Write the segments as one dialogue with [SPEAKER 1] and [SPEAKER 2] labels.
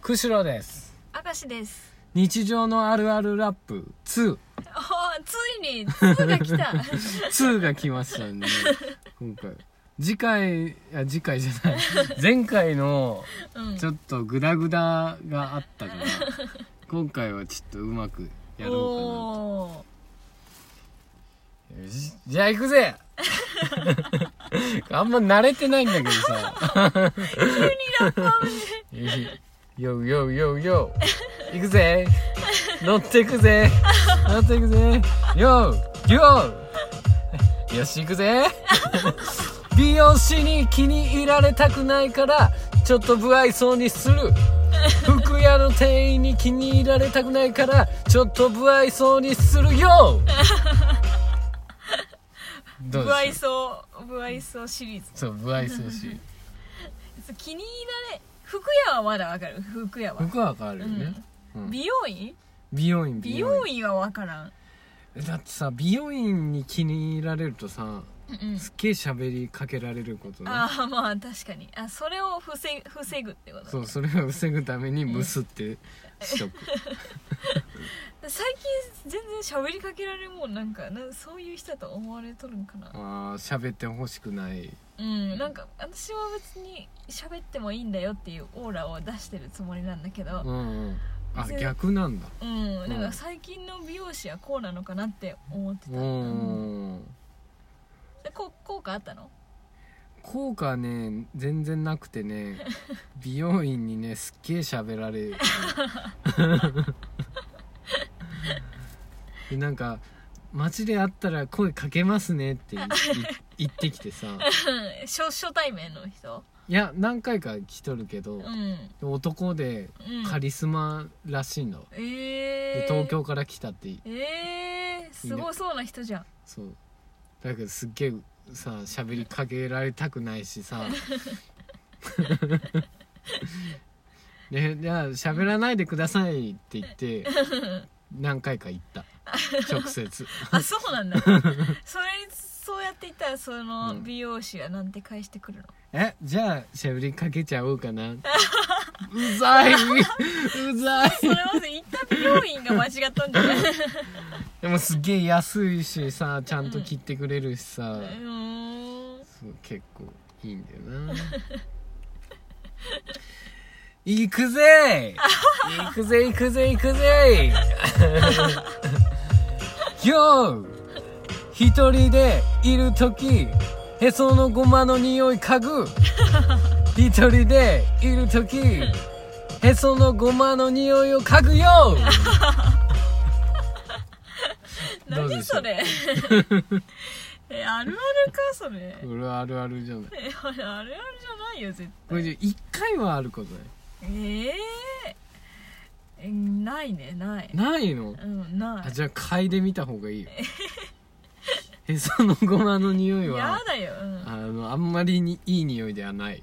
[SPEAKER 1] くしろです
[SPEAKER 2] 明石です
[SPEAKER 1] 日常のあるあるラップ2
[SPEAKER 2] おーついに2 が来た
[SPEAKER 1] 2が来ましたね今回次回いや次回じゃない前回の
[SPEAKER 2] うん
[SPEAKER 1] ちょっとグダグダがあったから今回はちょっとうまくやろ
[SPEAKER 2] お
[SPEAKER 1] う
[SPEAKER 2] ー
[SPEAKER 1] かなよしじゃあ行くぜあんま慣れてないんだけどさ急にラッパーねようようようよう行くぜ乗っていくぜ乗っていくぜようようよし行くぜ美容師に気に入られたくないからちょっと不愛想にする服屋の店員に気に入られたくないからちょっと不愛想にするよどう
[SPEAKER 2] 不愛
[SPEAKER 1] でしょう
[SPEAKER 2] 想不愛想シリーズ
[SPEAKER 1] そう不愛想し
[SPEAKER 2] そう気に入られ服屋はまだわかる服屋は
[SPEAKER 1] 僕はわかるよね、うん
[SPEAKER 2] 美容院
[SPEAKER 1] 美容院
[SPEAKER 2] 美容院はわからん
[SPEAKER 1] だってさ美容院に気に入られるとさ
[SPEAKER 2] うんうん
[SPEAKER 1] すっげえ喋りかけられることね
[SPEAKER 2] ああまあ確かにあそれを防ぐ防ぐってこと
[SPEAKER 1] そうそれを防ぐためにむすってしとく
[SPEAKER 2] 最近全然喋りかけられんもんなんかなそういう人だと思われとるんかな
[SPEAKER 1] あー喋ってほしくない
[SPEAKER 2] うんなんか私は別に喋ってもいいんだよっていうオーラを出してるつもりなんだけど
[SPEAKER 1] うんうんあ
[SPEAKER 2] 全
[SPEAKER 1] 逆なんだ
[SPEAKER 2] うん、なん
[SPEAKER 1] うん
[SPEAKER 2] か最近の美容師はこうなのかなって思ってた、
[SPEAKER 1] う
[SPEAKER 2] うん
[SPEAKER 1] ん
[SPEAKER 2] でこ効果あったの
[SPEAKER 1] 効果ね全然なくてね美容院にねすっげえ喋られるでなんか街で会ったら声かけますねっていい言ってきてさ
[SPEAKER 2] 初初対面の人
[SPEAKER 1] いや何回か来とるけど
[SPEAKER 2] う、ん
[SPEAKER 1] 男で
[SPEAKER 2] うん
[SPEAKER 1] カリスマらしいの、
[SPEAKER 2] え
[SPEAKER 1] で
[SPEAKER 2] えー、
[SPEAKER 1] 東京から来たってい
[SPEAKER 2] ええー、すごそうな人じゃん
[SPEAKER 1] そうだけどすっげえさ喋りかけられたくないし さでじゃあ喋らないでくださいって言って何回か言った直 接
[SPEAKER 2] あそうな んだそれそうやっていったらその
[SPEAKER 1] うん
[SPEAKER 2] 美容師はなんて返してくるの、
[SPEAKER 1] えじゃあ喋りかけちゃおうかなうざいうざい
[SPEAKER 2] それまず行った美容院が間違ったんじゃ ないう
[SPEAKER 1] でもすっげえ安いしさちゃんと切ってくれるしさ、
[SPEAKER 2] ーん
[SPEAKER 1] そう結構いいんだよな 行くぜ行くぜ行くぜ行くぜ よう一人でいる時へそのごまの匂い嗅ぐ一人でいる時へそのごまの匂いを嗅ぐよどうで
[SPEAKER 2] 何
[SPEAKER 1] しょ
[SPEAKER 2] そうれ えあるあるかそれ
[SPEAKER 1] これはあるあるじゃない
[SPEAKER 2] えあれあるあるじゃないよ絶
[SPEAKER 1] これ
[SPEAKER 2] 対
[SPEAKER 1] 1回はあること
[SPEAKER 2] えええないねない
[SPEAKER 1] ないないの
[SPEAKER 2] うんな
[SPEAKER 1] あ
[SPEAKER 2] い
[SPEAKER 1] じゃあ嗅いでみた方が いいよへそのごまの匂い
[SPEAKER 2] や
[SPEAKER 1] は
[SPEAKER 2] だよ、うん
[SPEAKER 1] あのあんまりにいい匂いではない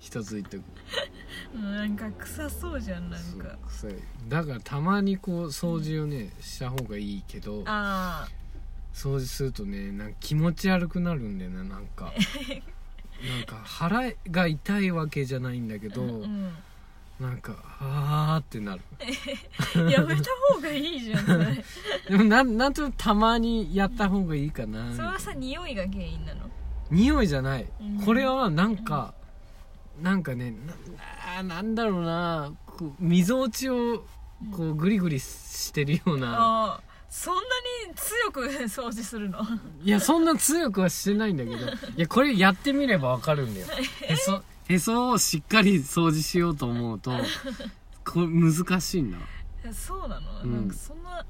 [SPEAKER 1] 一つ言っとく
[SPEAKER 2] うん、なんか臭そうじゃんなんか
[SPEAKER 1] そう臭いだからたまにこう掃除をね、した方がいいけど
[SPEAKER 2] あ
[SPEAKER 1] 掃除するとねなんか気持ち悪くなるんだよななん かなんか腹が痛いわけじゃないんだけ
[SPEAKER 2] あ
[SPEAKER 1] ど、
[SPEAKER 2] うん
[SPEAKER 1] なんかあーってなる
[SPEAKER 2] やめた方がいいじゃん それ
[SPEAKER 1] でもなんなんとなくたまにやった方がいいかなみ
[SPEAKER 2] そ
[SPEAKER 1] た
[SPEAKER 2] れ
[SPEAKER 1] いな
[SPEAKER 2] はさ匂いが原因なの
[SPEAKER 1] 匂いじゃない、
[SPEAKER 2] うん
[SPEAKER 1] これはなんか、なんかねなあーなんだろうなこう溝落ちをこうグリグリしてるような、
[SPEAKER 2] ああそんなに強く 掃除するの
[SPEAKER 1] いやそんな強くはしてないんだけど いやこれやってみればわかるんだよへそへそをしっかり掃除しようと思うとこれ難しいんだ
[SPEAKER 2] えそうなの、
[SPEAKER 1] うん
[SPEAKER 2] なんかそんな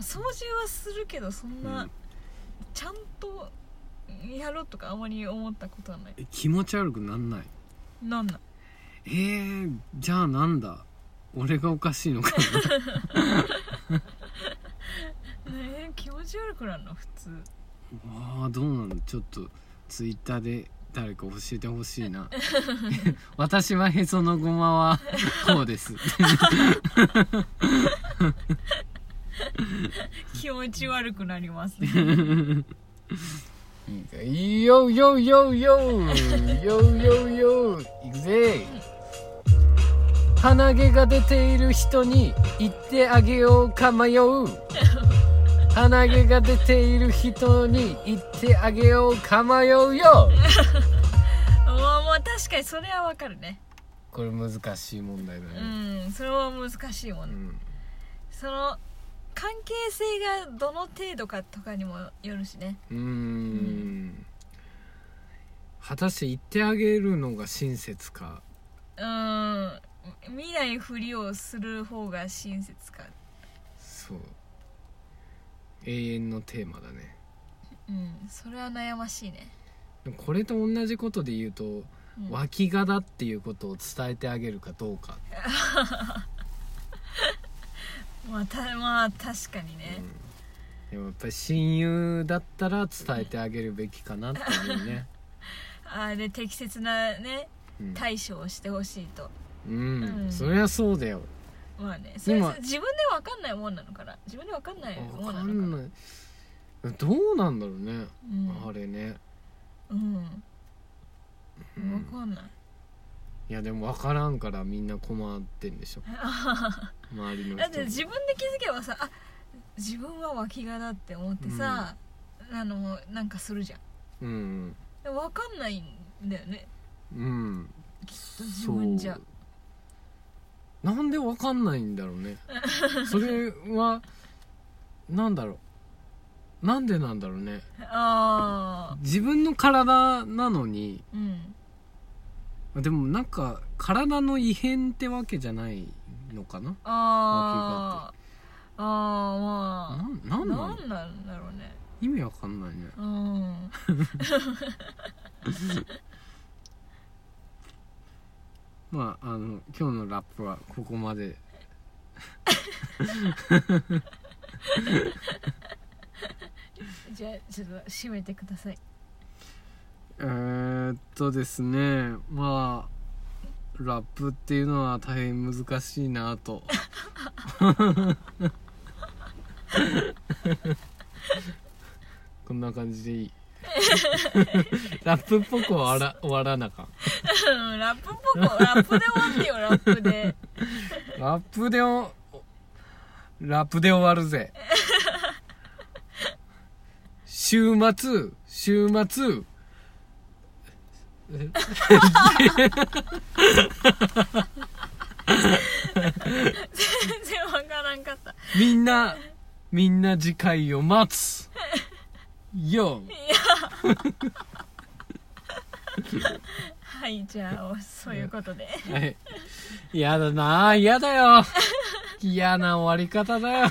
[SPEAKER 2] 掃除はするけどそんな、
[SPEAKER 1] うん
[SPEAKER 2] ちゃんとやろうとかあまり思ったことはない
[SPEAKER 1] え気持ち悪くなんない
[SPEAKER 2] なんなん
[SPEAKER 1] えー、じゃあなんだ俺がおかしいのかな
[SPEAKER 2] ねえ気持ち悪くなるの普通
[SPEAKER 1] ああどうなのちょっとツイッターで誰か教えてほしいな私はへそのごまはこうです
[SPEAKER 2] 気持ち悪くなります ね
[SPEAKER 1] いいよよよよよよよいくぜ鼻毛が出ている人に言ってあげようか迷う鼻毛が出ている人に言ってあげようか迷うよ
[SPEAKER 2] もうもう確かにそれはわかるね
[SPEAKER 1] これ難しい問題だ
[SPEAKER 2] う
[SPEAKER 1] ね、
[SPEAKER 2] んそれは難しいも
[SPEAKER 1] うん
[SPEAKER 2] ね
[SPEAKER 1] ん
[SPEAKER 2] その関係性がどの程度かとかにもよるしね
[SPEAKER 1] うーん果たして言ってあげるのが親切か
[SPEAKER 2] うーん見ないふりをする方が親切か
[SPEAKER 1] そう永遠のテーマだね
[SPEAKER 2] うんそれは悩ましいね
[SPEAKER 1] でもこれと同じことで言うと
[SPEAKER 2] うん
[SPEAKER 1] 脇がだっていうことを伝えてあげるかどうか、
[SPEAKER 2] まあたまあ確かに
[SPEAKER 1] う
[SPEAKER 2] ね
[SPEAKER 1] んでもやっぱり親友だったら伝えてあげるべきかなっていうね、
[SPEAKER 2] あーで適切なね
[SPEAKER 1] うん
[SPEAKER 2] 対処をしてほしいと
[SPEAKER 1] うん
[SPEAKER 2] うん
[SPEAKER 1] そりゃそうだよ
[SPEAKER 2] まあねそれ
[SPEAKER 1] 今
[SPEAKER 2] 自分でわかんないもんなのかな自分でわかんないも
[SPEAKER 1] わ
[SPEAKER 2] ん
[SPEAKER 1] か
[SPEAKER 2] なの
[SPEAKER 1] ん
[SPEAKER 2] かな
[SPEAKER 1] ないどうなんだろうね、
[SPEAKER 2] うん
[SPEAKER 1] あれね、
[SPEAKER 2] うん
[SPEAKER 1] うん
[SPEAKER 2] わかんない
[SPEAKER 1] いやでも分からんからみんな困ってんでしょ周りの
[SPEAKER 2] だっ
[SPEAKER 1] 人
[SPEAKER 2] て
[SPEAKER 1] も
[SPEAKER 2] 自分で気づけばさあ自分は脇がだって思ってさ、あのなんかするじゃん
[SPEAKER 1] うん
[SPEAKER 2] でも分かんないんだよね
[SPEAKER 1] うん
[SPEAKER 2] 自分じゃ
[SPEAKER 1] そうなんで分かんないんだろうねそれはなんだろうなんでなんだろうね
[SPEAKER 2] ああ
[SPEAKER 1] 自分の体なのに
[SPEAKER 2] うん
[SPEAKER 1] でもなんか体の異変ってわけじゃないのかな
[SPEAKER 2] ああああ
[SPEAKER 1] な
[SPEAKER 2] ま
[SPEAKER 1] んな
[SPEAKER 2] あ
[SPEAKER 1] んなの
[SPEAKER 2] なんなんだろうね
[SPEAKER 1] 意味わかんないね
[SPEAKER 2] うん
[SPEAKER 1] まああの今日のラップはここまで
[SPEAKER 2] じゃあちょっと締めてください
[SPEAKER 1] えー、っとですねまあラップっていうのは大変難しいなとこんな感じでいいラップっぽくは終わら終わらなあかん
[SPEAKER 2] うんラップ っぽくラップで終わってよラップで
[SPEAKER 1] ラップでおラップで終わる ぜ週末週末
[SPEAKER 2] 全然わからんかった
[SPEAKER 1] みんな、みんな次回を待つ。よ
[SPEAKER 2] はいじゃあそういうことで
[SPEAKER 1] はい。やだなあ嫌だよ。嫌な終わり方だよ。